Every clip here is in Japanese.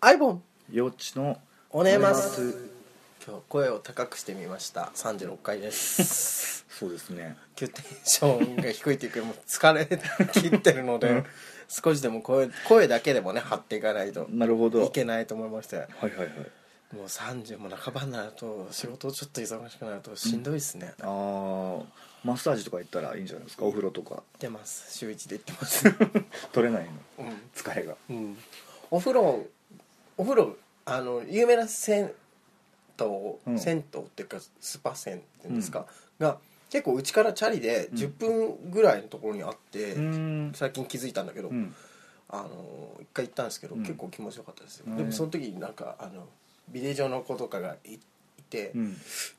アイボン幼稚のおねます今日声を高くしてみました36回です そうですね今日テンションが低いというかもう疲れ切ってるので、少しでも声声だけでもね張っていかないとなるほどいけないと思いましてはいはいはいもう30も半ばになると仕事ちょっと忙しくなるとしんどいですね、あーマッサージとか行ったらいいんじゃないですかお風呂と行かってます週1で行ってます 取れないのう疲れがん、うん、お風呂お風呂あの有名な銭湯、うん銭湯っていうかスパ銭っていうんですか、が結構うちからチャリで10分ぐらいのところにあって、ん最近気づいたんだけど、うんあの一回行ったんですけど、うん結構気持ちよかったですよ、ねでもその時になんかあのビデオの子とかがいいて、うん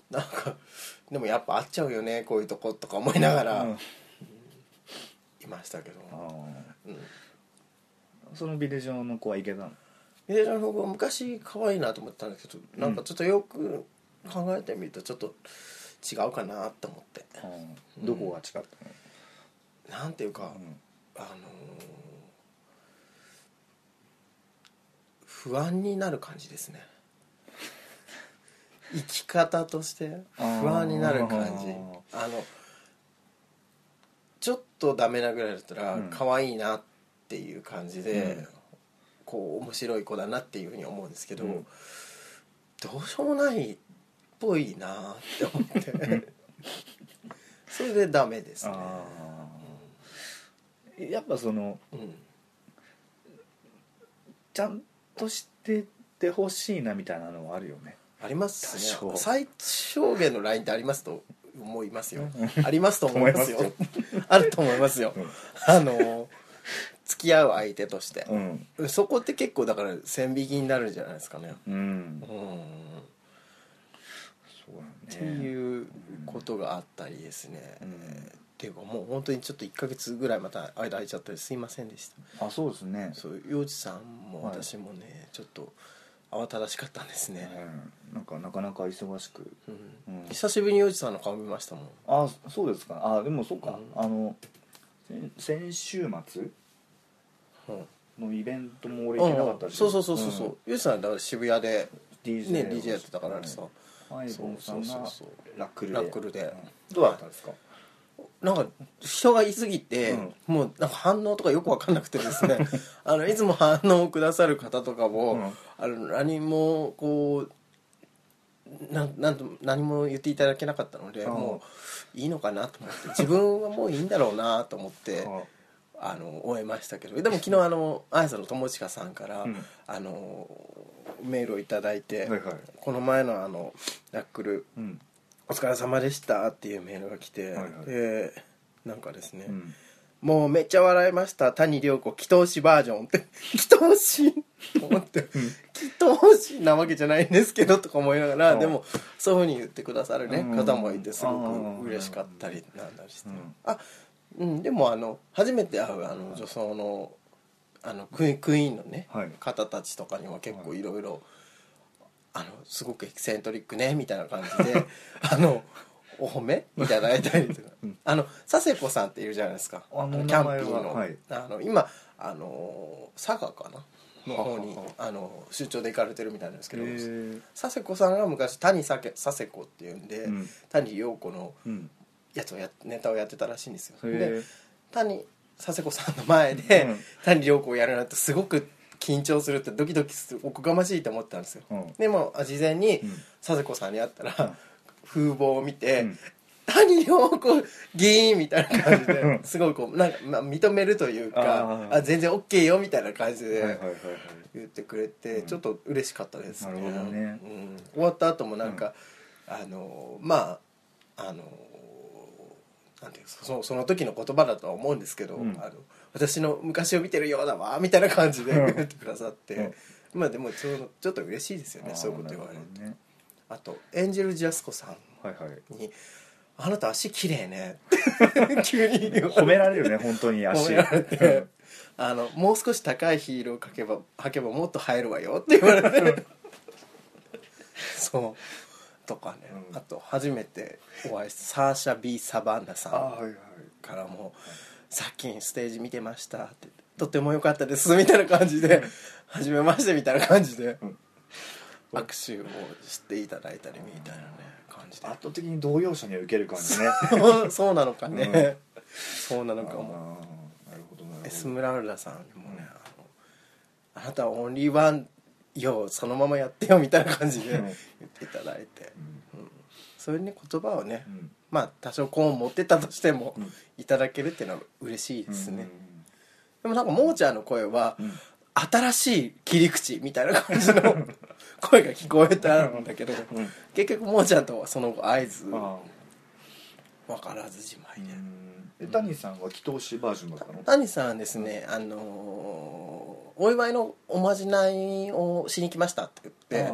なんかでもやっぱ会っちゃうよねこういうとことか思いながうらんいましたけど、あうんーそのビデジョンの子はいけたのビデオの子が昔可愛いなと思ってたんだけどなんかちょっとよく考えてみるとちょっと違うかなと思ってあーどこが違ったのなんていうか、うんあのー不安になる感じですね 生き方として不安になる感じあのちょっとダメなぐらいだったらうん可愛いなっていう感じで、うんこう面白い子だなっていうふうに思うんですけど、うんどうしようもないっぽいなって思って それでダメですね、あーやっぱそのうんちゃんとしててほしいなみたいなのはあるよねあります多ね少最小限のラインってありますと思いますよありますと思いますよ思いあると思いますよ、うんあの付き合う相手として、うんそこって結構だから線引きになるんじゃないですかねうんうん、そうってだねいうことがあったりですね、うんっていうかもう本当にちょっと1ヶ月ぐらいまた間空いちゃったりすいませんでしたあそうですねそう洋治さんもはい私もね、ちょっと慌ただしかったんですね、うん、なんかなかなか忙しくうんうん久しぶりに洋治さんの顔見ましたもんあそうですかあでもそうか、うんあの先先週末うんのイベントも俺行けなかったうん、し、そうそうそうそうそう、ゆうさんはだから渋谷でうん、ね DJ, を DJ やってたからさ、はいそうボンさんそうがそうそうラックルでラックルでうんどうだったんですかなんか人がいすぎて、うんもうなんか反応とかよく分かんなくてです ねあのいつも反応をくださる方とかも、うんあの何もこうなんなんと何も言っていただけなかったので、うんもういいのかなと思って自分はもういいんだろうなと思って。ああの終えましたけどでも昨日あの綾瀬の友近さんから、うんあのメールを頂いただいて、はいはいこの前のあのラックルうん「お疲れ様でした」っていうメールが来て、はいはいでなんかですね、うんもうめっちゃ笑いました谷涼子祈祷師バージョン」って 「祈祷師」と思って「祈祷師なわけじゃないんですけど」とか思いながら、うんでもそういうふうに言ってくださるねうん方もいてすごうんく嬉しかったりなんだりして、うんあうんでもあの初めて会うあの女装のあのクイクイーンのね、はい方たちとかには結構いろいろ。あのすごくエキセントリックねみたいな感じ であのお褒めいただいたりとか、あの佐世子さんっているじゃないですかあののキャンピー名前の,、ははいあの今あの佐賀かなの方にはははあの出張で行かれてるみたいなんですけどへー佐世子さんが昔谷さけ佐世子っていうんで、うん谷陽子のうんやつをやネタをやってたらしいんですよ。へーで谷佐世子さんの前で、うん谷涼子をやるなんてすごく緊張するってドキドキするおこがましいと思ってたんですよ、うんでも事前にうん佐世子さんに会ったら、うん風貌を見て、うん谷涼子ギーンみたいな感じでうんすごいこうなんか、まあ、認めるというかああー全然 OK よみたいな感じはいで、はいはいはい言ってくれて、んちょっと嬉しかったですなるほどねうん、終わった後もなんか、あのまああのなんていうんですかそのその時の言葉だとは思うんですけど、うんあの私の昔を見てるようだわみたいな感じでうん言ってくださって、まあでもちょうどちょっと嬉しいですよねあーそういうこと言われるなほどねあとエンジェル・ジャスコさはいはいんに「あなた足綺麗ね」 って急に言われて褒められるよね本当に足褒められてあのもう少し高いヒールをかけば履けばもっと入るわよって言われてそうとかね、うんあと初めてお会いしたサーシャ・ B ・サバンナさんあーはいはいからも「さっきステージ見てました」って言ってとても良かったです」みたいな感じで「はじめまして」みたいな感じで握手をしていただいたりみたいなね感じで圧倒的に同業者には受ける感じね そうなのかね、そうなのかもあーなるほどなるほどエスムラウダさんにもね、あのあなたはオンリーワンよそのままやってよみたいな感じでう言んっていただいてうんそういうね言葉をね、うんまあ多少こう持ってたとしてもうんいただけるっていうのは嬉しいですね、でもなんかもーちゃんの声は、うん新しい切り口みたいな感じの 声が聞こえたんだけど、うん結局もーちゃんとはその後合図うんあ分からずじまいーうで、んえ谷さんは祈祷師バージョンだったの谷さんはですね、あのーお祝いのおまじないをしに来ましたって言って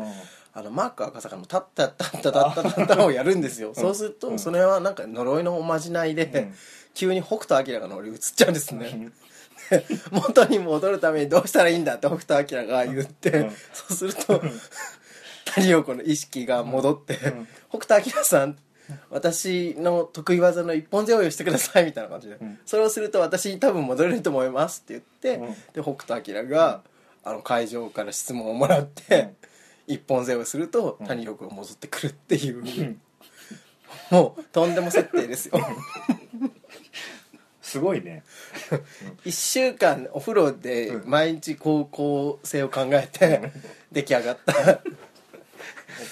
ああのマーク赤坂の「タッタッタッタッタッタッタ」をやるんですよそうするとそれはなんか呪いのおまじないで、うん急に北斗晶が乗り移っちゃうんですねで 元に戻るためにどうしたらいいんだって北斗晶が言って、うんそうすると谷陽子の意識が戻って、ん北斗晶さん私の得意技の一本背負いをしてくださいみたいな感じで、んそれをすると私多分戻れると思いますって言って、うんで北斗晶が、あの会場から質問をもらって、一本背負いをすると谷陽子が戻ってくるっていう、んもうとんでも設定ですよすごいね1週間お風呂で毎日高校生を考えて出来上がったネ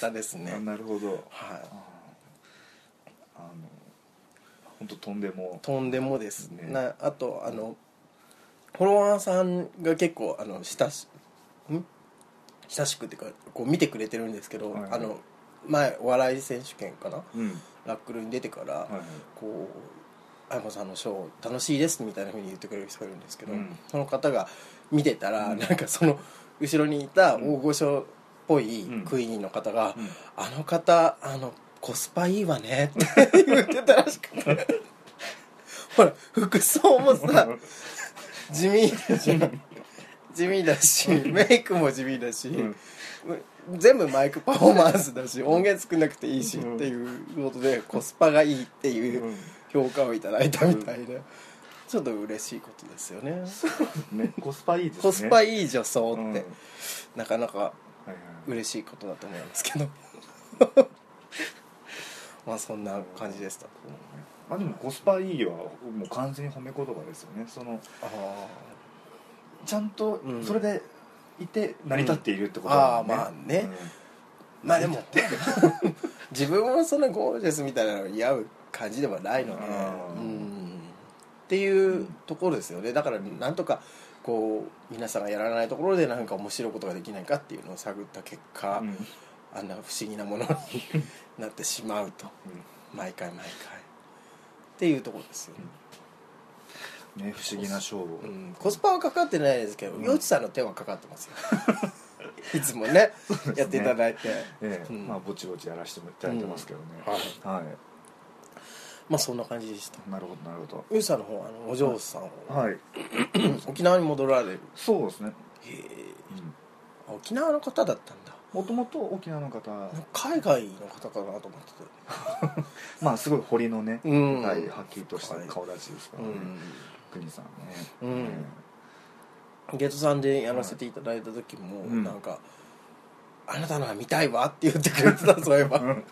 タですあね、なるほどはあの本当とんでもい、とんでもです、ねなあとあのフォロワーさんが結構あの親しん親しくっていうかこう見てくれてるんですけど、はいはいあの前お笑い選手権かなうんラックルに出てから、はいこう「あやまさんのショー楽しいです」みたいなふうに言ってくれる人がいるんですけど、うんその方が見てたら、うんなんかその後ろにいた大御所っぽいうんクイーンの方が「うんあの方あのコスパいいわね」って言ってたらしくてほら服装も さ地味だし地味だしメイクも地味だし、うん全部マイクパフォーマンスだし音源作んなくていいしっていうことでコスパがいいっていううん評価をいただいたみたいでちょっと嬉しいことですよねねコスパいいですねコスパいいい女装うんっはいてなかなかはい嬉しいことだと思いますけど まあそんな感じでしたまあでもコスパいいはもう完全に褒め言葉ですよねそのああちゃんとうんそれでいて成り立っているってことうもんあーまあねまあで も自分はそんなゴージャスみたいなのが似合う感じではないので、ううんん、っていうところですよねだからなんとかこう皆さんがやらないところで何か面白いことができないかっていうのを探った結果、うんうんあんな不思議なものに なってしまうと毎回毎回っていうところですよね、ね不思議な勝負うん、コスパはかかってないですけどうん洋一さんの手はかかってますよ いつもねすねやっていただいて、ええうんまあぼちぼちやらせてもいただいてますけどねうんはいはいまあそんな感じでしたなるほどなるほ洋一さんの方あのお嬢さんをどはい沖縄に戻られるそうですねへえ沖縄の方だったんだもともと沖縄の方海外の方かなと思ってたまあすごい堀のねうんはいはっきりとした顔立ちですからね国さんねうんえゲートさんでやらせていただいた時も、うんなんか「あなたのは見たいわ」って言ってくれてたそういえ ばうん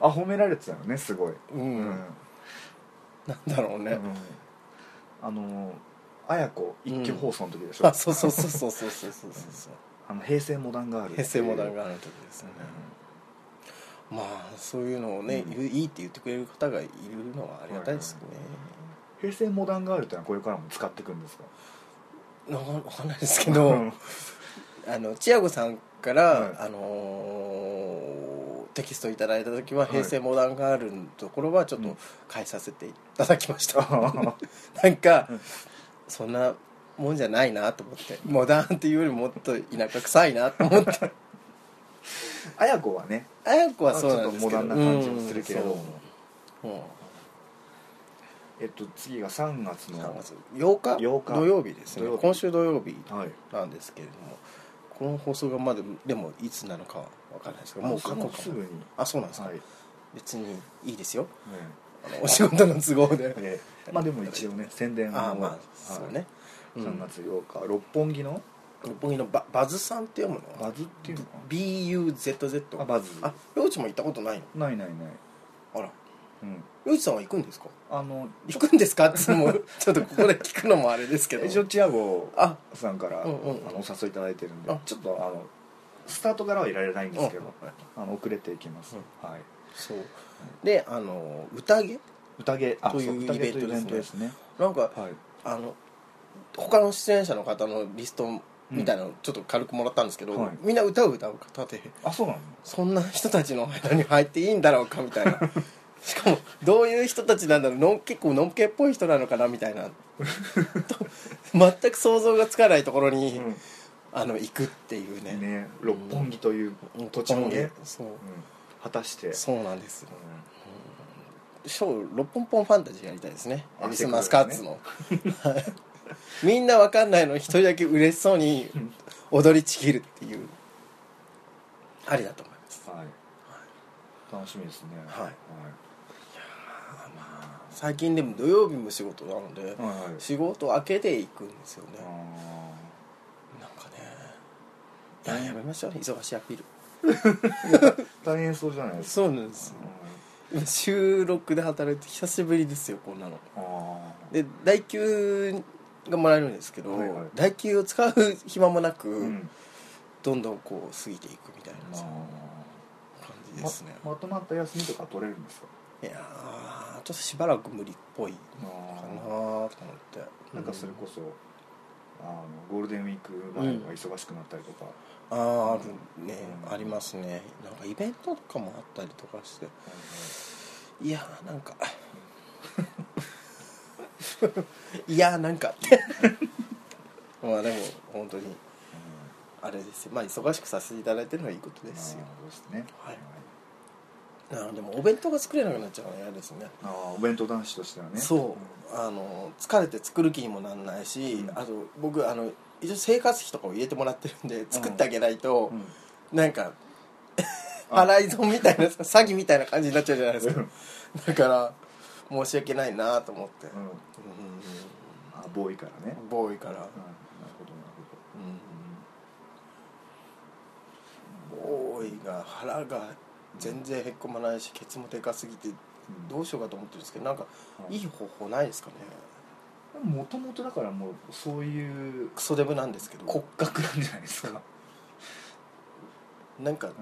あ褒められてたよねすごいうん、なんだろうね、うんあの綾子一挙放送の時でしょ、あそうそうそうそうそうそうそうそうあの平成モダンガール平成モダンガーガールの時ですね、まあそういうのをね、うんいるいいって言ってくれる方がいるのはありがたいですね、平成モダンガールってのはこれからも使っていくんですかなんかわかんないですけど、うんあの千子さんから、はいあのーテキストいただいた時は「はい平成モダンガール」のところはちょっうとん変えさせていただきま した、あなんか、うんそんなもんじゃないなと思ってモダンっていうよりもっと田舎臭いなと思って綾子はね綾子はちそょうなんっとですモけどダンな感じもするけれども、うんそうえっと次が3月うんの3月8日8日土曜日です土ね曜日今週土曜日はいなんですけれどもこの放送がまだでもいつなのかは分からないですけどもう過去もかうすぐにあそうなんですか、はい、ね別にいいですよえあのお仕事の都合で ええまあでも一応ね宣伝ああをまあはいそうね、うん3月8日、六本木の六本木のババズさんって読むのバズっていうのか BUZZ なあバズあ陽一も行ったことないのないないないあらうん陽一さんは行くんですかあの行くんですかっていうの もちょっとここで聞くのもあれですけ一応どチアゴあさんから、うんうんあのお誘いいただいてるんであちょっとあのスタートからはいられないんですけど、うんあの遅れていきます、うはいそうであの宴宴あというそうイ宴ベントというイベントですねなんかはいあの他の出演者の方のリストみたいなのちょっと軽くもらったんですけど、はいみんな歌を歌う方であそうなのそんな人たちの間に入っていいんだろうかみたいなしかもどういう人たちなんだろうのん結構のんけっぽい人なのかなみたいなと全く想像がつかないところに、あの行くっていうねね六本木といううん土地もね、そううん果たしてそうなんですうショー「六本ポンファンタジー」やりたいですねあエビスマスカッツの、はいみんなわかんないのに一人だけ嬉しそうにん踊りちぎるっていうありだと思いますんはい楽しみですねはいはい最近でも土曜日も仕事なのではいはい仕事明けで行くんですよねあなんかねいややめましょう忙しいアピールー大変そうじゃないですかそうなんです今収録で働いて久しぶりですよこんなのうんあーで代休がもらえるんですけど、はいはい代休を使う暇もなく、うんどんどんこう過ぎていくみたいなあー感じですね、ままとまった休みとか取れるんですかいやーちょっとしばらく無理っぽいかあなとー思ってなんかそれこそあのゴールデンウィーク前は忙しくなったりとか、あああるね、うんありますねなんかイベントとかもあったりとかしていやーなんか いやーなんか まあでも本当にあれですよまあ忙しくさせていただいてるのはいいことうんですよまあそうですねはいあーでもお弁当が作れなくなっちゃうのは嫌ですねあーお弁当男子としてはねそうあの疲れて作る気にもなんないし、うんあと僕あの一応生活費とかを入れてもらってるんで作ってあげないとう、んなん かあ払い損みたいな詐欺みたいな感じになっちゃうじゃないですうかんだから申し訳ないなと思って、うんうあボーイからね、ん、ボーイから、うん、なるほどなるほどボーイが腹が全然へっこまないしケツもでかすぎてうんどうしようかと思ってるんですけどなんかいいい方法ないですかねもともとだからもうそういうクソデブなんですけど骨格なんじゃないですか、なんかうん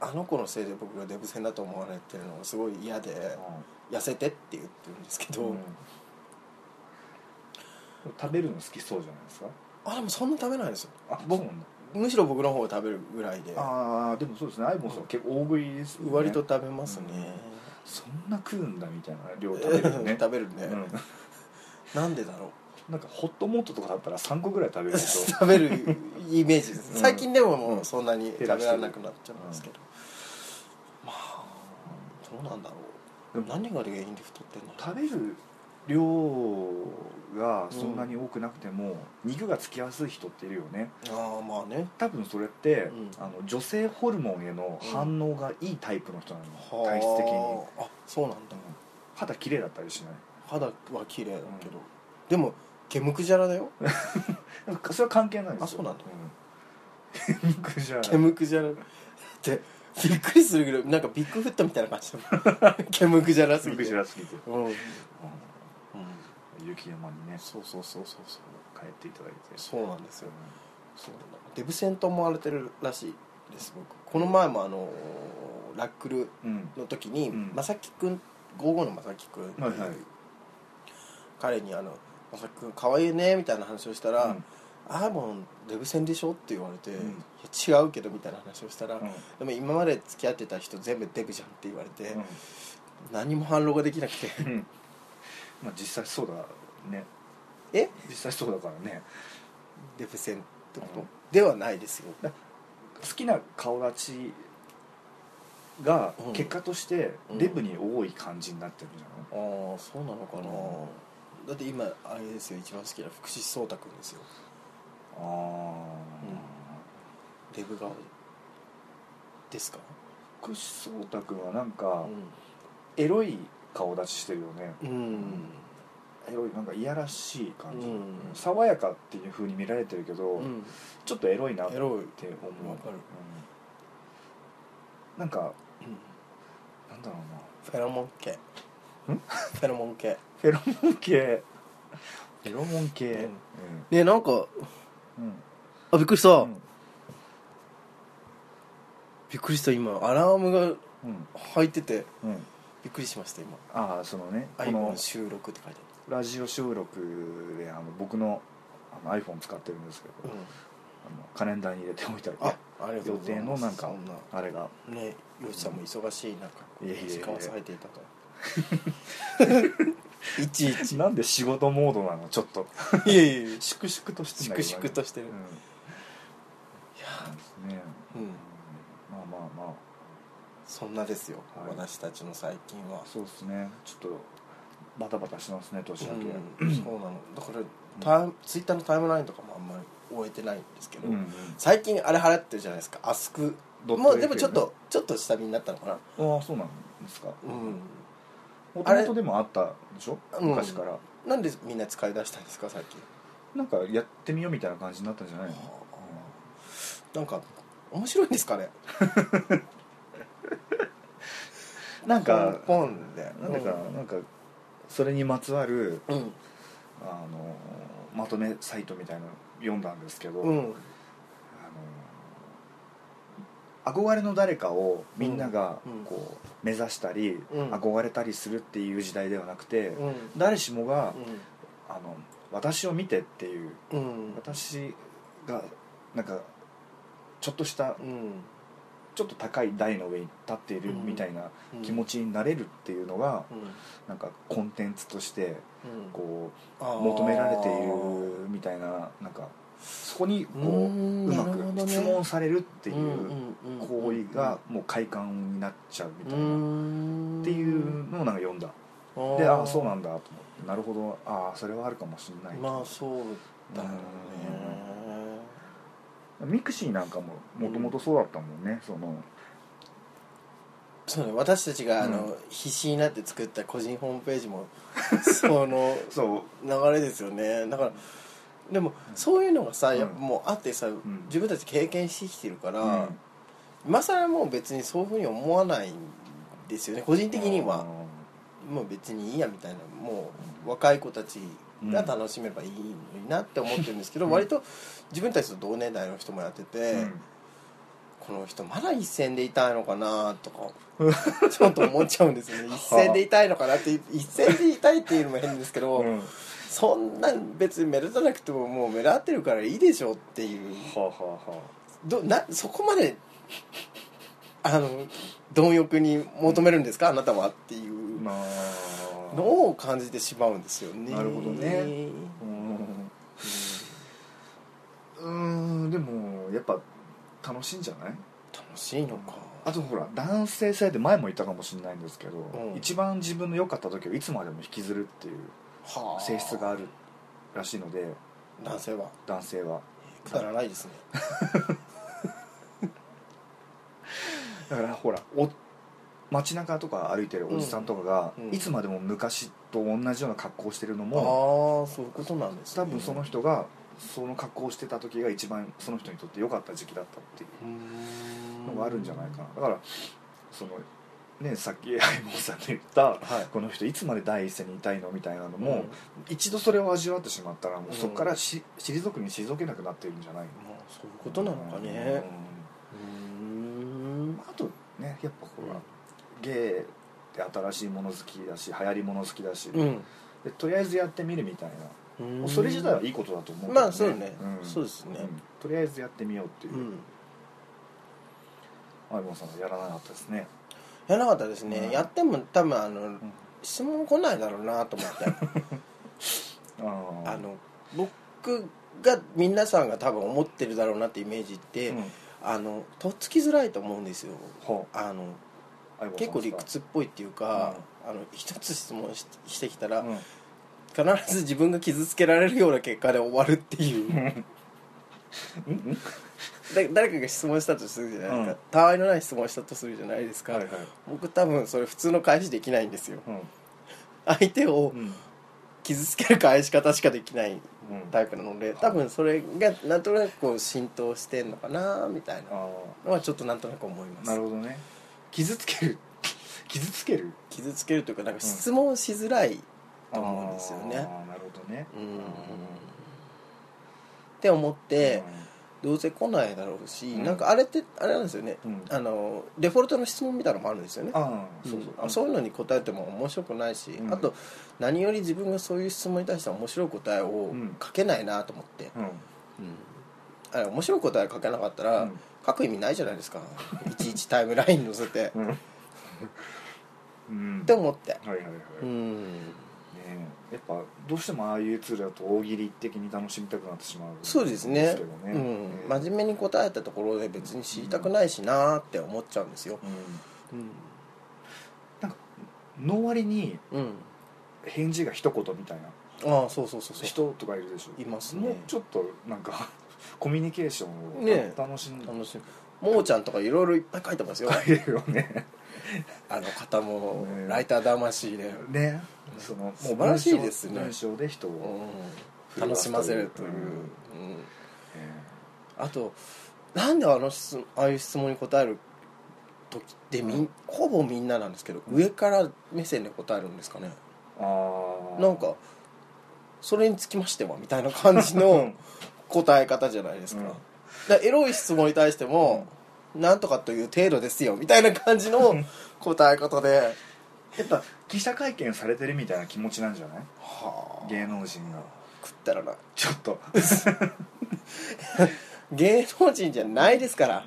あの子のせいで僕がデブ戦だと思われてるのがすごい嫌で痩せてって言ってるんですけど、うん食べるの好きそうじゃないですかあでもそんな食べないですよあ僕そうなんだむしろ僕の方が食べるぐらいでああでもそうですねアイボンさんは結構大食いですよね割と食べますね、そんな食うんだみたいな量 食べるよね食べるね、うんなんでだろうなんかホットモットとかだったら3個ぐらい食べるで しょ 食べるイメージですうん最近でももうそんなに食べられなくなっちゃうんですけど、まあどうなんだろでうも何が原因で太ってんの食べる量がそんなに多くなくても、肉がつきやすい人っているよねああまあね多分それって、うんあの女性ホルモンへの反応がいいタイプの人なの、はあ体質的にあそうなんだ肌綺麗だったりしない肌は綺麗だけど、でも毛むくじゃらだよなんかそれは関係ないですよあそうなんだうん 肉じゃ毛むくじゃらだってびっくりするぐらいなんかビッグフットみたいな感じだ もん毛むくじゃらすぎて肉じゃらすぎて、うん、うん、うん雪山にねそうそうそうそうそう帰っていただいてそうなんですようんそうなんだデブ戦と思われてるらしいです僕この前もあのーラックルうんの時に、うんまさきくん55のまさきくん、はいはい彼にあの「まさきくんかわいいね」みたいな話をしたら「うんああもうデブ戦でしょ?」って言われて「うんいや違うけど」みたいな話をしたら「うんでも今まで付き合ってた人全部デブじゃん」って言われて、うん何も反応ができなくて うんまあ実際そうだね「え実際そうだからねデブ戦ってこと、うんではないですよ」好きな顔立ちがうん結果としてうんデブに多い感じになってるんじゃない、ああそうなのかな、だって今あれですよ一番好きな福士蒼太君ですよあデブ顔ですかあ福士蒼太君はなんかうんエロい顔立ちしてるよね、うん、エロいなんかいやらしい感じ、うん爽やかっていう風に見られてるけど、うんちょっとエロいなってエ思う、ロいわかるうんなんかうんなんだろうなフェロモン系フェロモン系フェロモン系フェロモン系うんねなんかうんあびっくりした、うんびっくりした今アラームがうん入っててうんびっくりしました今ああそのね「この iPhone 収録」って書いてラジオ収録であの僕のあの iPhone 使ってるんですけど、ある、うんあのカレンダーに入れておいたらあありがとう予ござい定まのすなんかそんなあれがねよしさんも忙しい中こういやいやいや時間を割いていたと いちいちなんで仕事モードなのちょっといやいやいや粛々としてんだ粛け々どとしてるうん、いやですね、うんまあまあまそんなですよ、はい私たちの最近はあそうですねちょっとバタバタしてますね年明けうん、 そうなのだからタイムツイッターのタイムラインとかもあんまり終えてないんですけど、うん最近あれ流行ってるじゃないですかアスクドットもうでも FM ちょっとちょっと下火になったのかなああそうなんですかうあもとれもとでもあったでしょうん昔から、んなんでみんな使い出したんですか最近なんかやってみようみたいな感じになったんじゃないの、なんか面白いんですかねうんなんかポンポンでなんだか、なんかそれにまつわるうんあのまとめサイトみたいなの読んだんですけど、うんあの憧れの誰かをみんながうんこう目指したり、うん憧れたりするっていう時代ではなくて、うん誰しもが、あの私を見てっていううんうん私がなんかちょっとしたうんちょっと高い台の上に立っているみたいなうん気持ちになれるっていうのが、うんなんかコンテンツとしてうんこあーう求められているみたいななんかそこにこうううんなまるほどくね質問されるっていんううんうん行為がもう快感になっちゃうみうたいなっんていうのをなんか読んだーでああそうなんだと思ってなるほどああそれはあるかもしれないまあそうだよねミクシーなんかももともとそうだったもんねそのそうね私たちがあうの必死になって作った個人ホームページもそのそう流れですよ ねだからでもそういうのがさうんやっぱもうあってさん自分たち経験してきてるかうらん今更もう別にそういうふうに思わないんですよね個人的にはもう別にいいやみたいなもう若い子たちが楽しめばいいのになって思ってるんですけど、うん割と自分たちと同年代の人もやってて、うんこの人まだ一線でいたいのかなとかちょっと思っちゃうんですよね一線でいたいのかなって一線でいたいっていうのも変ですけど、うんはそんなん別に目立たなくてももう目立ってるからいいでしょっていうあはあはどなそこまであの貪欲に求めるんですかあなたはっていう。あまのあを感じてしまうんですよねなるほどねうんうーんでもやっぱ楽しいんじゃない楽しいのかあとほら男性性で前も言ったかもしれないんですけど、うん一番自分の良かった時をいつまでも引きずるっていうはあ性質があるらしいので男性は男性はくだらないですねだからほらお街中とか歩いてるおじさんとかが、うんうんいつまでも昔と同じような格好をしてるのああもそういうことなんです、ね、多分その人がその格好をしてた時が一番その人にとって良かった時期だったっていうーうのがあるんじゃないかなだからそのねさっき相棒さんが言ったはいこの人いつまで第一線にいたいのみたいなのもうも、一度それを味わってしまったらもうそこかうらんし退くに退けなくなってるんじゃないのまあそういうことなのかねうーうんんあとねやっぱほら、うんゲイって新しいもの好きだし流行りもの好きだし、うんでとりあえずやってみるみたいな、うーんそれ自体はいいことだと思うけどまあそうねそうですねんとりあえずやってみようっていうう、んアイボンさんはやらなかったですね、やらなかったですね、うんやっても多分あの、質問来ないだろうなと思って ああの僕が皆さんが多分思ってるだろうなってイメージって、ー、うんあのとっつきづらいと思うんですよほあのうアイボンさん結構理屈っぽいっていうか、あの一つ質問ししてきたら、必ず自分が傷つけられるような結果で終わるっていううんうんうんだ誰かが質問したとするじゃないですか、うんたわいのない質問したとするじゃないですか、はいはい僕多分それ普通の返しできないんですようん 相手をうん傷つけるか愛し方しかできないうんタイプなので多分それがなんとなくこう浸透してんのかなみたいなあのはちょっとなんとなく思いまあすなるほどね傷つける傷つける傷つけるというかなんか質問しづらい、と思うんですよねあーなるほどねうんうんって思って、どうせ来ないだろうし、うんなんかあれってあれなんですよねうんうんあのデフォルトの質問みたいなのもあるんですよねあそーそそうううそうそういうのに答えても面白くないし、うんあと何より自分がそういう質問に対して面白い答えをうん書けないなと思って、うんあれ面白い答え書けなかったら、うん書く意味ないじゃないですか いちいちタイムラインに載せて、っうんて思ってはいはいはい、うねんえやっぱどうしてもああいうツールだと大喜利的に楽しみたくなってしまうそうですんねけどねうん、ね真面目に答えたところで別に知りたくないしなーって思っちゃうんですよううん、んの割にうん、返事が一言みたいなああそうそうそうそう人とかいるでしょいますもうねちょっとなんか コミュニケーションねを楽しんで楽しみもーちゃんとかいろいろいっぱい書いてますよ書いてるよねあの方もねライター魂で、ねそのもう素晴らしいですね文章文章で人を、うん楽しませるという、ううんんえあとなんであの質ああいう質問に答える時ってみん、うんほぼみんななんですけど上から目線で答えるんですかねーあーなんかそれにつきましてはみたいな感じの答え方じゃないですか,、うんだからエロい質問に対しても、なんとかという程度ですよみたいな感じの答え方でやっぱ記者会見されてるみたいな気持ちなんじゃないはあ芸能人が食ったらなちょっ と芸能人じゃないですから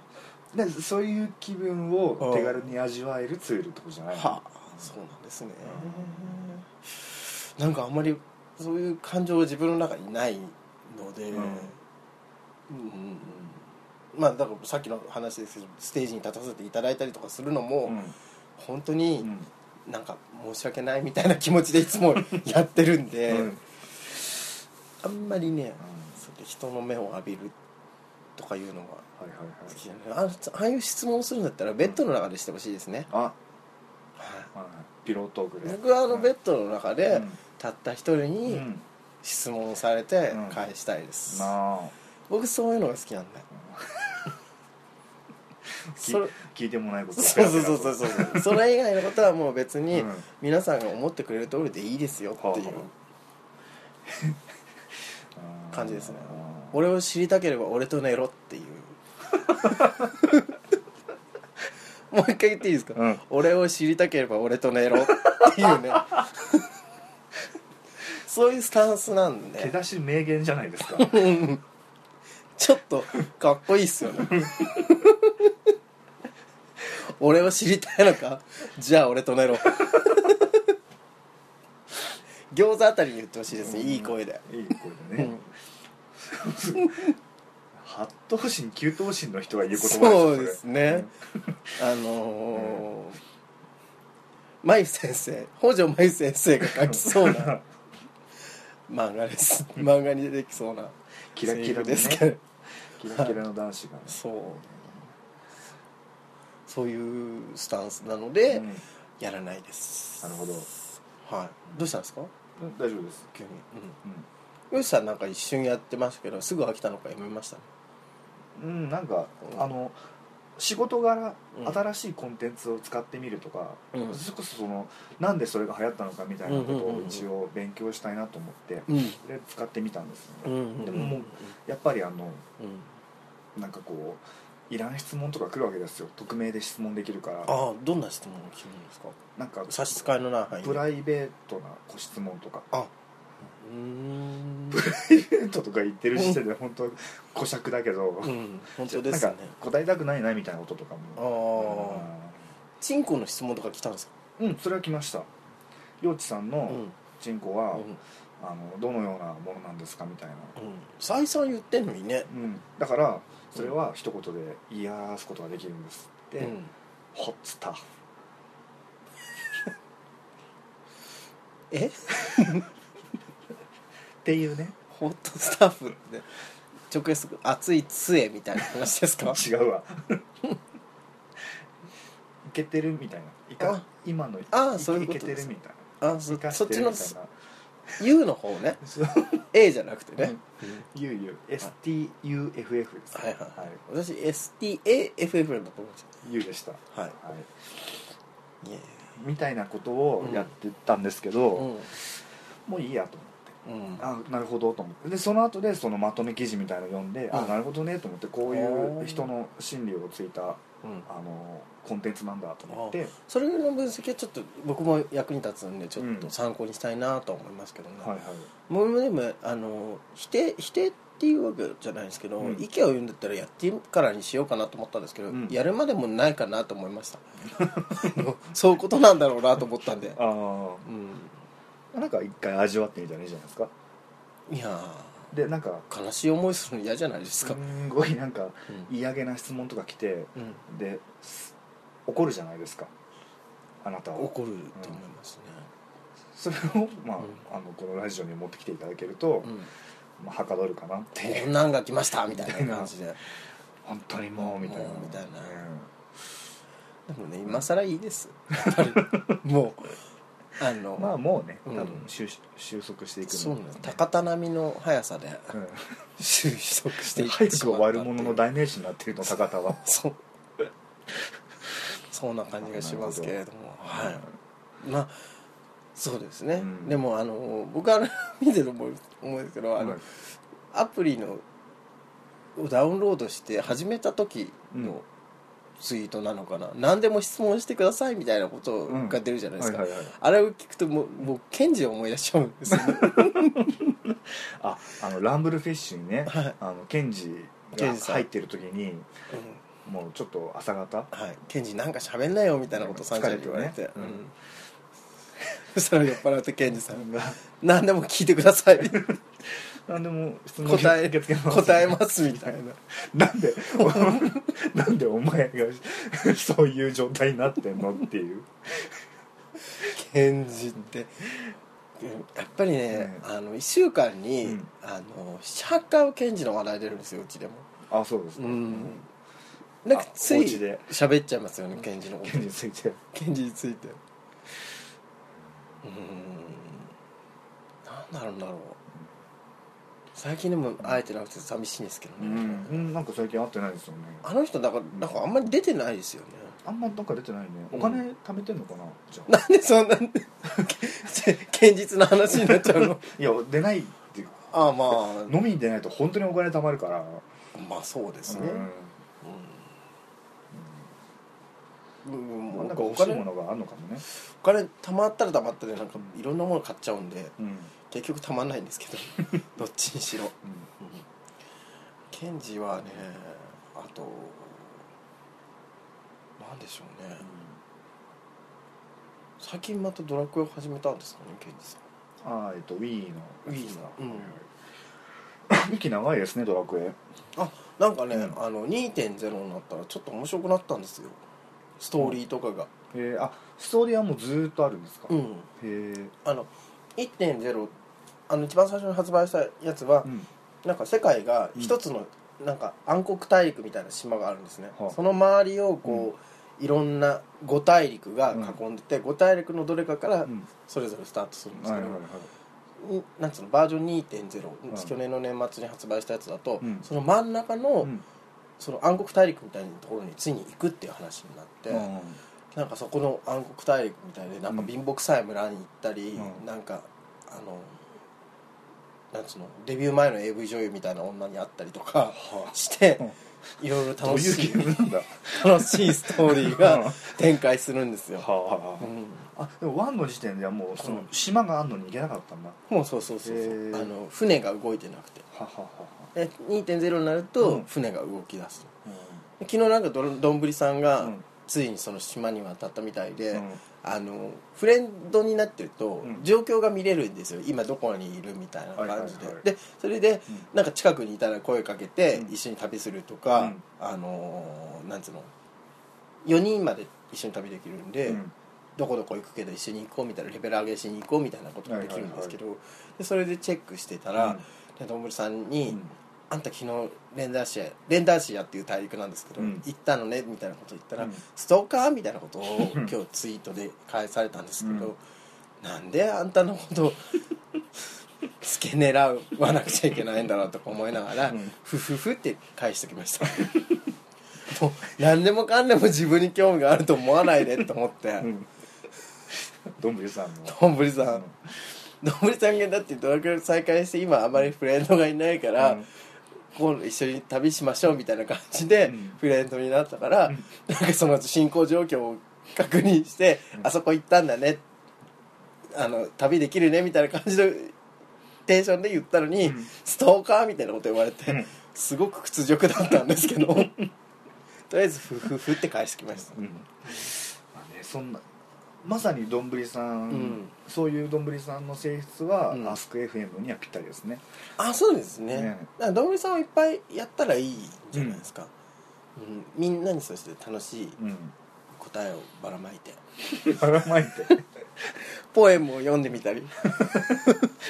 でそういう気分を手軽に味わえるツールってことじゃないはあそうなんですねなんかあんまりそういう感情自分の中にないので、ううんんうんまあだからさっきの話ですけどステージに立たせていただいたりとかするのも、うん本当にうんなんか申し訳ないみたいな気持ちでいつもやってるんで、うんあんまりねうんそれ人の目を浴びるとかいうのがはいはいはい好きじゃないあああいう質問するんだったらベッドの中でしてほしいですね、あはいはいピロートークで僕はあのベッドの中で、うんたった一人うにん質問されてうん返したいです、なあ僕そういうのが好きなん だよきそれ聞いてもないことそうそうそうそううそうそうそれ以外のことはもう別にうん皆さんが思ってくれる通りでいいですよっていうはあ感じですねあ俺を知りたければ俺と寝ろって いうもう一回言っていいですか、うん俺を知りたければ俺と寝ろっていう ねそういうスタンスなん手で出し名言じゃない ですかちょっとかっこいいっすよね俺を知りたいのかじゃあ俺と寝ろ餃子あたりに言ってほしいですね、いい声で、いい声でね 八頭身九頭身の人が言う言葉よそうれですねあのーまゆ先生北条まゆ先生が書きそうな漫画です漫画にできそうなキラキラのねセリフですけどキラキラの男子がねそうそういうスタンスなので、うんなやらないでするほどはいどうしたんですかうん大丈夫です急にうんうんよしさんなんか一瞬やってましたけどすぐ飽きたのかやめましたねうん、なんか、うんあの仕事柄、うん新しいコンテンツを使ってみるとか、うんそれこそそのなんでそれが流行ったのかみたいなことうんうんうんをうん一応勉強したいなと思って、うんで使ってみたんですようね、んでももうやっぱりあのうんなんかこういらん質問とか来るわけですよ匿名で質問できるからああどんな質問を聞くんですかなんか差し支えのない範囲プライベートなご質問とかあうーんプライベートとか言ってる時点で本当小尺だけど、うん本当ですなんねか答えたくないなみたいなこととかあもあチンコの質問とか来たんですかうんそれは来ました陽地さんうの、んチンコうは、んあのどのようなものなんですかみたいな、再三言ってんのにねうん、だからそれは一言で言い表すことができるんですって、うんホッツタフえっていうねホットスタッフって直訳熱い杖みたいな話です か違うわいけてるみたいないかあ今のいあーそういういこけとてでするみたいなあそいかそしってちるのみたいな U の方 ね A じゃなくてね、ゆうゆう STUFF ですはいはいはい私 STAFF なんだと思うんですよゆうでしたははいいいえみたいなことをやってたんですけど、うもういいやと思ってんうんあなるほどと思ってでその後でそのまとめ記事みたいの読んで、うあんなるほどねと思ってこうおいーう人の心理をついたうんあのコンテンツなんだと思ってそれの分析はちょっと僕も役に立つんでちょっうとん参考にしたいなとは思いますけどね、はいはいもうでもあの否定否定っていうわけじゃないんですけど、うん意見を言うんだったらやってからにしようかなと思ったんですけど、うんやるまでもないかなと思いましたあの そういうことなんだろうなと思ったんで、あうあなんか一回味わってみたらいいじゃないですかん、いやでなんかー悲しい思いするの嫌じゃないですすか、んごいなんかうん嫌げな質問とか来てうんです怒るじゃないですかあなたは怒ると思いますそれを、まあうんあのこのラジオに持ってきていただけると、ね、まあ、はかどるかなってうん、こいうんなんが来ましたみたいな感じで本当にもうみたいなもうみたいな でうんもね今更いいですやっぱり もうあの、まあもうね多うん分収,、収束していくんだそうなんです高田並みの速さでうん収束していって早くしまったっ終わているうものの代名詞になってるの高田はそうそんな感じがしますけれどもなるほはいまあそうですね、うんでもあの僕は見てる思う思うんですけどあの、はいアプリのをダウンロードして始めた時うんのツイートなのかな、何でも質問してくださいみたいなことが出るじゃないですか、はいはいはいあれを聞くともうもうケンジを思い出しちゃうんです よねああのランブルフィッシュにねはい、あのケンジケンがジさん入ってる時にうんもうちょっと朝方はい、ケンジなんか喋んないよみたいなことサンシャインに言われて、疲れてうねん、そしたら酔っ払ってケンジ さんが「何でも聞いてくだ さい何でも質問答え受け付けます答えます」みたいななんで なんでお前がそういう状態になってんのっていうケンジってやっぱりね、ねあの1週間に、うんあの78回ケンジの話題出るんですようちでもあそうですうね、んなんかついお家で喋っちゃいますよねケンジのことケンジについてケンジについてうんなんなんだろう最近でも会えてなくて寂しいんですけどうね、ん、うん、なんか最近会ってないですよねあの人だからなんかあんまり出てないですよねあんまなんか出てないねうおん金貯めてんのかな、じゃあなんでそんな 堅実な話になっちゃう のいや出ないっていうああま飲みに出ないと本当にお金貯まるからあまあそうですねうん、うんうん、なん僕かお欲しいも金のがあるのかもね、お金貯まったら貯まったでなんかいろんなもの買っちゃうんでうんうん、結局貯まんないんですけどどっちにしろケンジはねあとなんでしょうね最近またドラクエを始めたんですかねケンジさんあーえっと Wii の Wii のうんうん、 息長いですねドラクエあなんかね、うんあの2.0になったらちょっと面白くなったんですよストーリーとかがえー、あストーリーはもうずーっとあるんですか、うん、へえ、あの1.0あの一番最初に発売したやつは、うん、なんか世界が一つの、なんか暗黒大陸みたいな島があるんですね、はあその周りをこう、いろんな5大陸が囲んでて、5大陸のどれかからうんそれぞれスタートするんですはけいど、はいはいんなんつうのバージョン2.0、うん去年の年末に発売したやつだと、うんその真ん中の、うんその暗黒大陸みたいなところについに行くっていう話になって、うんなんかそこの暗黒大陸みたいでなんか貧乏くさい村に行ったり、うんなんかあのなんつうのデビュー前の AV 女優みたいな女に会ったりとかはして、いろいろあどう楽いうしゲいームなんだ楽しいストーリーうんが展開するんですよ、はうあんあでもワンの時点ではもうそうのん島があんのに行けなかったんだ、もうそうそうそうそうへーあの船が動いてなくてはははは、で2.0になるうとん船が動き出す、う昨日なんかどろどんぶりさんが、うんついにその島に渡ったみたいで、んあのフレンドになってるとうん状況が見れるんですよ今どこにいるみたいな感じで、はいはいはいでそれでうんなんか近くにいたら声かけてうん一緒に旅するとか、うんあのーなんつうの4人まで一緒に旅できるんで、うんどこどこ行くけど一緒に行こうみたいなレベル上げしに行こうみたいなことができるんですけど、でそれでチェックしてたら、でどんぶりさんに、うんあんた昨日レンダーシアレンダーシアっていう大陸なんですけど、うん行ったのねみたいなこと言ったら、うんストーカーみたいなことをうん今日ツイートで返されたんですけど、うんなんであんたのこと付け狙わなくちゃいけないんだろうとか思いながら、うんふふふって返してきました もう何でもかんでも自分に興味があると思わないでと思って、うんどんぶりさんのどんぶりさんどんぶりさんがだってドラクエ再開して今あまりフレンドがいないから、うん今度一緒に旅しましょうみたいな感じでうんフレンドになったから、なんかその後進行状況を確認して、うんあそこ行ったんだねあの旅できるねみたいな感じのテンションで言ったのに、うんストーカーみたいなこと言われて、うんすごく屈辱だったんですけど とりあえずフフフって返してきましたうんまあねそんなまさにどんぶりさん、うんそういうどんぶりさんの性質は、うんアスク FM にはぴったりですねあそうですねねだからどんぶりさんをいっぱいやったらいいじゃないですか、うんみんなにそして楽しいうん答えをばらまいてばらまいてポエムを読んでみたり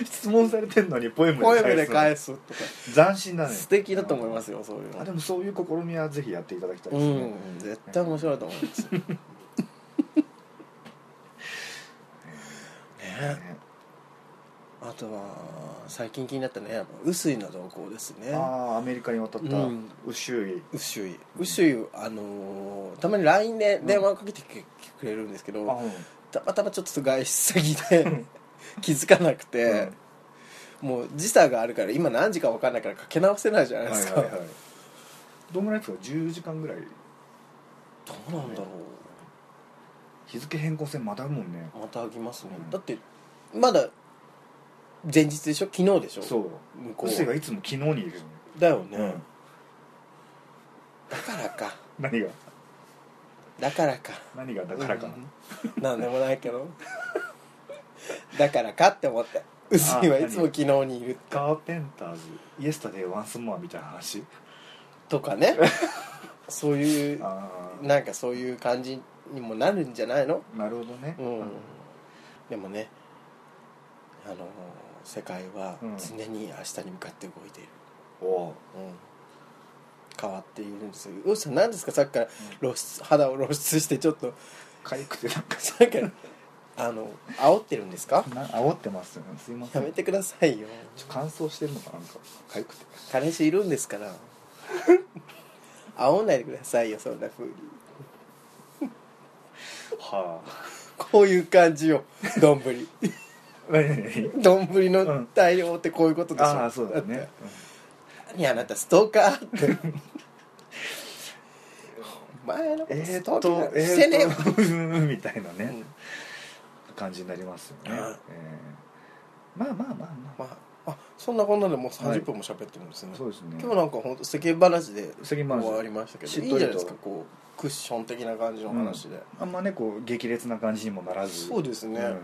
質問されてんのに ポエムポエムでで返返すすとか斬新だね素敵だと思いますよそういうあのでもそういう試みはぜひやっていただきたいですうね、ん絶対面白いと思いますよねねあとは最近気になったねやっぱ臼井の動向ですねああアメリカに渡ったうん宇宙医臼井臼井あのーたまに LINE で電話をかけてきてくれるんですけど、あうんたまたまちょっと外出先 で気づかなくて、もう時差があるから今何時か分かんないからかけ直せないじゃないはいですか、はいはいどんぐらいですか10時間ぐらいどうなんだろ日付変更線またあるもんねうまたあきますね、うんだってまだ前日でしょ昨日でしょそう向こうせがういつも昨日にいるよねだよね、うんだからか何がだからか何がだからかなうんなんでもないけどだからかって思って臼井はいつも昨日にいるカーペンターズイエスタデイワンスモアみたいな話とかねそういうああなんかそういう感じにもなるんじゃないのなるほどねうん、でもねあの世界はうん常に明日に向かって動いている、おうおん変わっているんですようっさん何ですかさっきから露出肌を露出してちょっとかゆくてなんかさっきからあの煽ってるんですかな煽ってますよねすいませやんめてくださいよちょ乾燥してるのかなんかかゆくて彼氏いるんですから煽んないでくださいよそんなふうにはあこういう感じよ丼 何何丼の対応ってこういうことでしょ、ああそうだねって何あなたストーカーってお前のこうとんえスートーっカとーえしてねえーわっと うんうんみたいなうねん感じになりますよねうんえーまあまあまあままああそんなこんなでもう30分も喋ってるんですね、あそうですね今日なんか本当世間話で関終丸わさりんましたけどしっいといじりとゃないですかこうクッション的な感じの話で、あんまねこう激烈な感じにもならずそうですねうん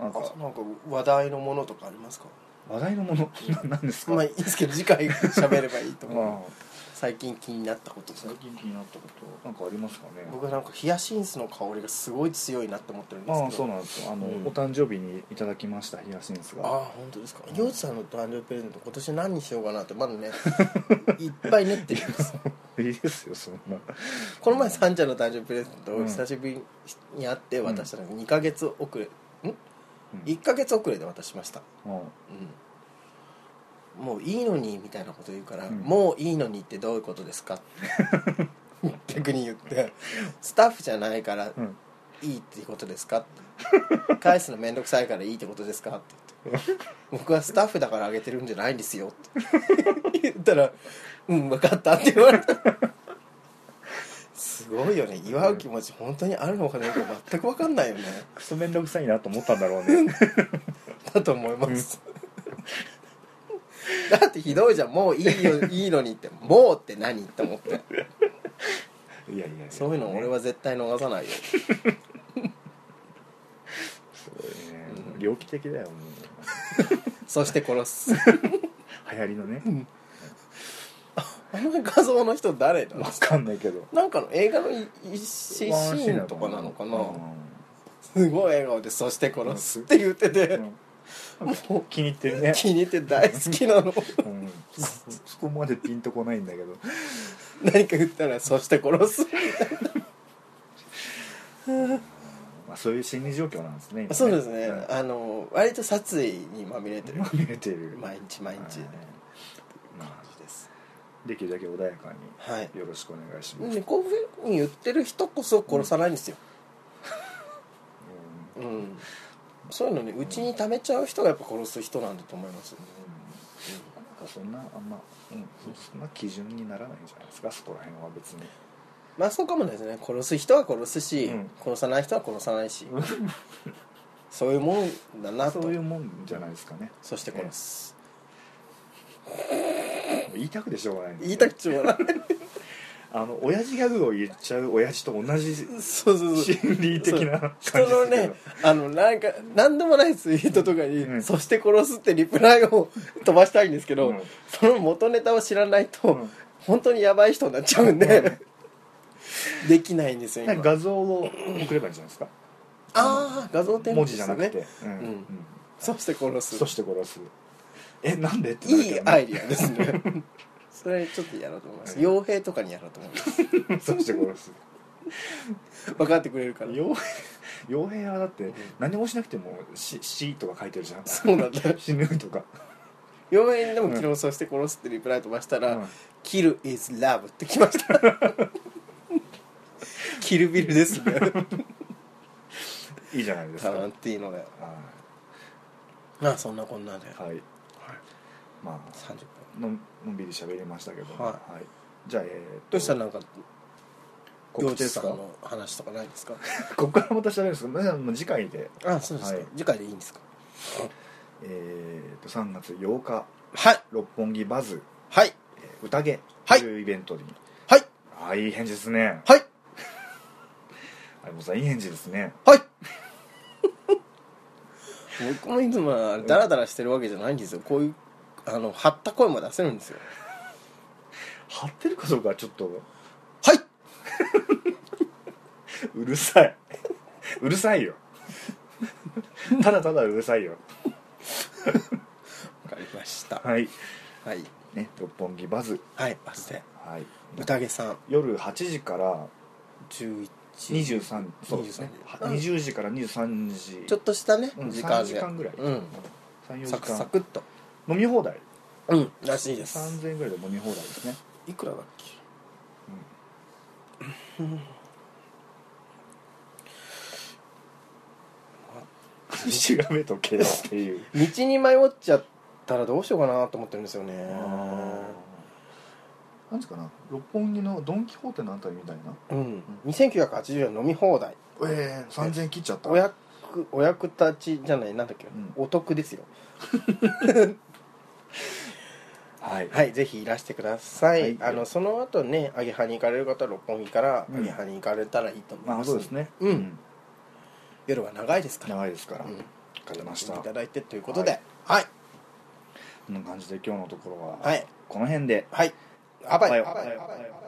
なんあかなんか話題のものとかありますか話題のものなんですか、まあいいですけど次回喋ればいいと思うああ最近気になったこととか最近気になったことなんかありますかね僕なんかヒヤシンスの香りがすごい強いなって思ってるんですけどああそうなんですよあの、うんお誕生日にいただきましたヒヤシンスあがあ本当ですか洋治さんの誕生日プレゼント今年何にしようかなってまだね いっぱい練ってるん ですいいですよそんなこの前さんちゃんの誕生日プレゼントうをん久しぶりに会って渡したのが2ヶ月遅れんうん1ヶ月遅れで渡しましたもうんもういいのにみたいなこと言うから「うんもういいのに」ってどういうことです か逆に言って「スタッフじゃないからう、うん、いいってことですか?」って「返すの面倒くさいからいいってことですか?」って言って「僕はスタッフだからあげてるんじゃないんですよ」って言ったら「うん分かった」って言われたすごいよね祝う気持ち本当にあるのかどうか全く分かんないよねクソ面倒くさいなと思ったんだろうねだと思います、だってひどいじゃんもういいよいいのにって「もう」って何って思っていやいやいやそういうの俺は絶対逃さないよすごいね猟奇的だよもうそして殺す流行りのねあの画像の人誰だわかんないけどなんかの映画のい一シーンとかなのかな、すごい笑顔で「そして殺す」って言ってて、 うんもう気に入ってるね気に入って大好きなのうんそこまでピンとこないんだけど何か言ったら「そして殺す」みたいなまああそういう心理状況なんですね今そうですね、はいあの割と殺意にまみれてるまみれてる毎日毎日はいま感じですあ、できるだけ穏やかはいによろしくお願いします、でこういうふうに言ってる人こそ殺さないんですよ、うんそういうのねうちに溜めちゃう人がやっぱ殺す人なんだと思います、うんなんかそんなあんま、うん、そんな基準にならないんじゃないですかそこら辺は別にまあそうかもですね殺す人は殺すし、うん殺さない人は殺さないしそういうもんだなとそういうもんじゃないですかねそして殺す、もう言いたくてしょうがないんです言いねたくちもない あの親父ギャグを言っちゃう親父と同じそうそう そう心理的な感じですけ人どのねあのなんか何でもないツイートとかに「うんそして殺す」ってリプライを飛ばしたいんですけど、うんその元ネタを知らないと、うん本当にヤバい人になっちゃうんで、できないんですよなん今か画像を送ればいいんじゃないですかああ画像添付文で字じゃすなねくて、うんんうんそして殺すそして殺すえなんでってなるいけいどねアイディアですねそれちょっとやろうと思います傭兵とかにやろうと思います そして殺す分かってくれるから傭兵傭兵はだって何もしなくても「し」死とか書いてるじゃんそうなんだ 死ぬとか傭兵にでも昨日そして殺すってリプライ飛ばしたらうん「kill is love」ってきましたキルビルですねいいじゃないですタかラはンいティーノでまあそんなこんなではい、まあ30分のんのんびり喋りましたけどもはいはい、じゃあえーっとどうしたらなんか告知地ですさんかの話とかないですか ここからまた喋るんですけどまあもう次回であそうですか、はい次回でいいんですかえーっと3月8日はい六本木バズ、はいえー宴はいというイベントに、はいああいい返事ですねはい相棒さんいい返事ですねはい 僕もいつもはダラダラしてるわけじゃないんですよこういうあの張った声も出せるんですよ張ってるかどうかはちょっとはいうるさいうるさいよただただうるさいよわかりましたはいはいね六本木バズはいバスではい宴さん夜8時から11 23そうですね23は20時から23時ちょっとしたね、うん時間3で時間ぐらいうん34時サクサ間クっと飲み放題うんらしいです3000円ぐらいで飲み放題ですねいくらだっけ調べとけよっていう道に迷っちゃったらどうしようかなと思ってるんですよねなんですかな六本木のドン・キホーテのあたりみたいなうん2980円飲み放題ええ3000円切っちゃったお役お役立ちじゃないなんだっけ、んお得ですよはいはいぜひいらしてください、はいあのその後ねアゲハに行かれる方は六本木からうんアゲハに行かれたらいいと思いままあす、そうですねうん夜は長いですから長いですからうんわかりまししてたいこただいてということではいんな感じで今日のところははいこの辺ではい、あばいはいあばいあばいあばい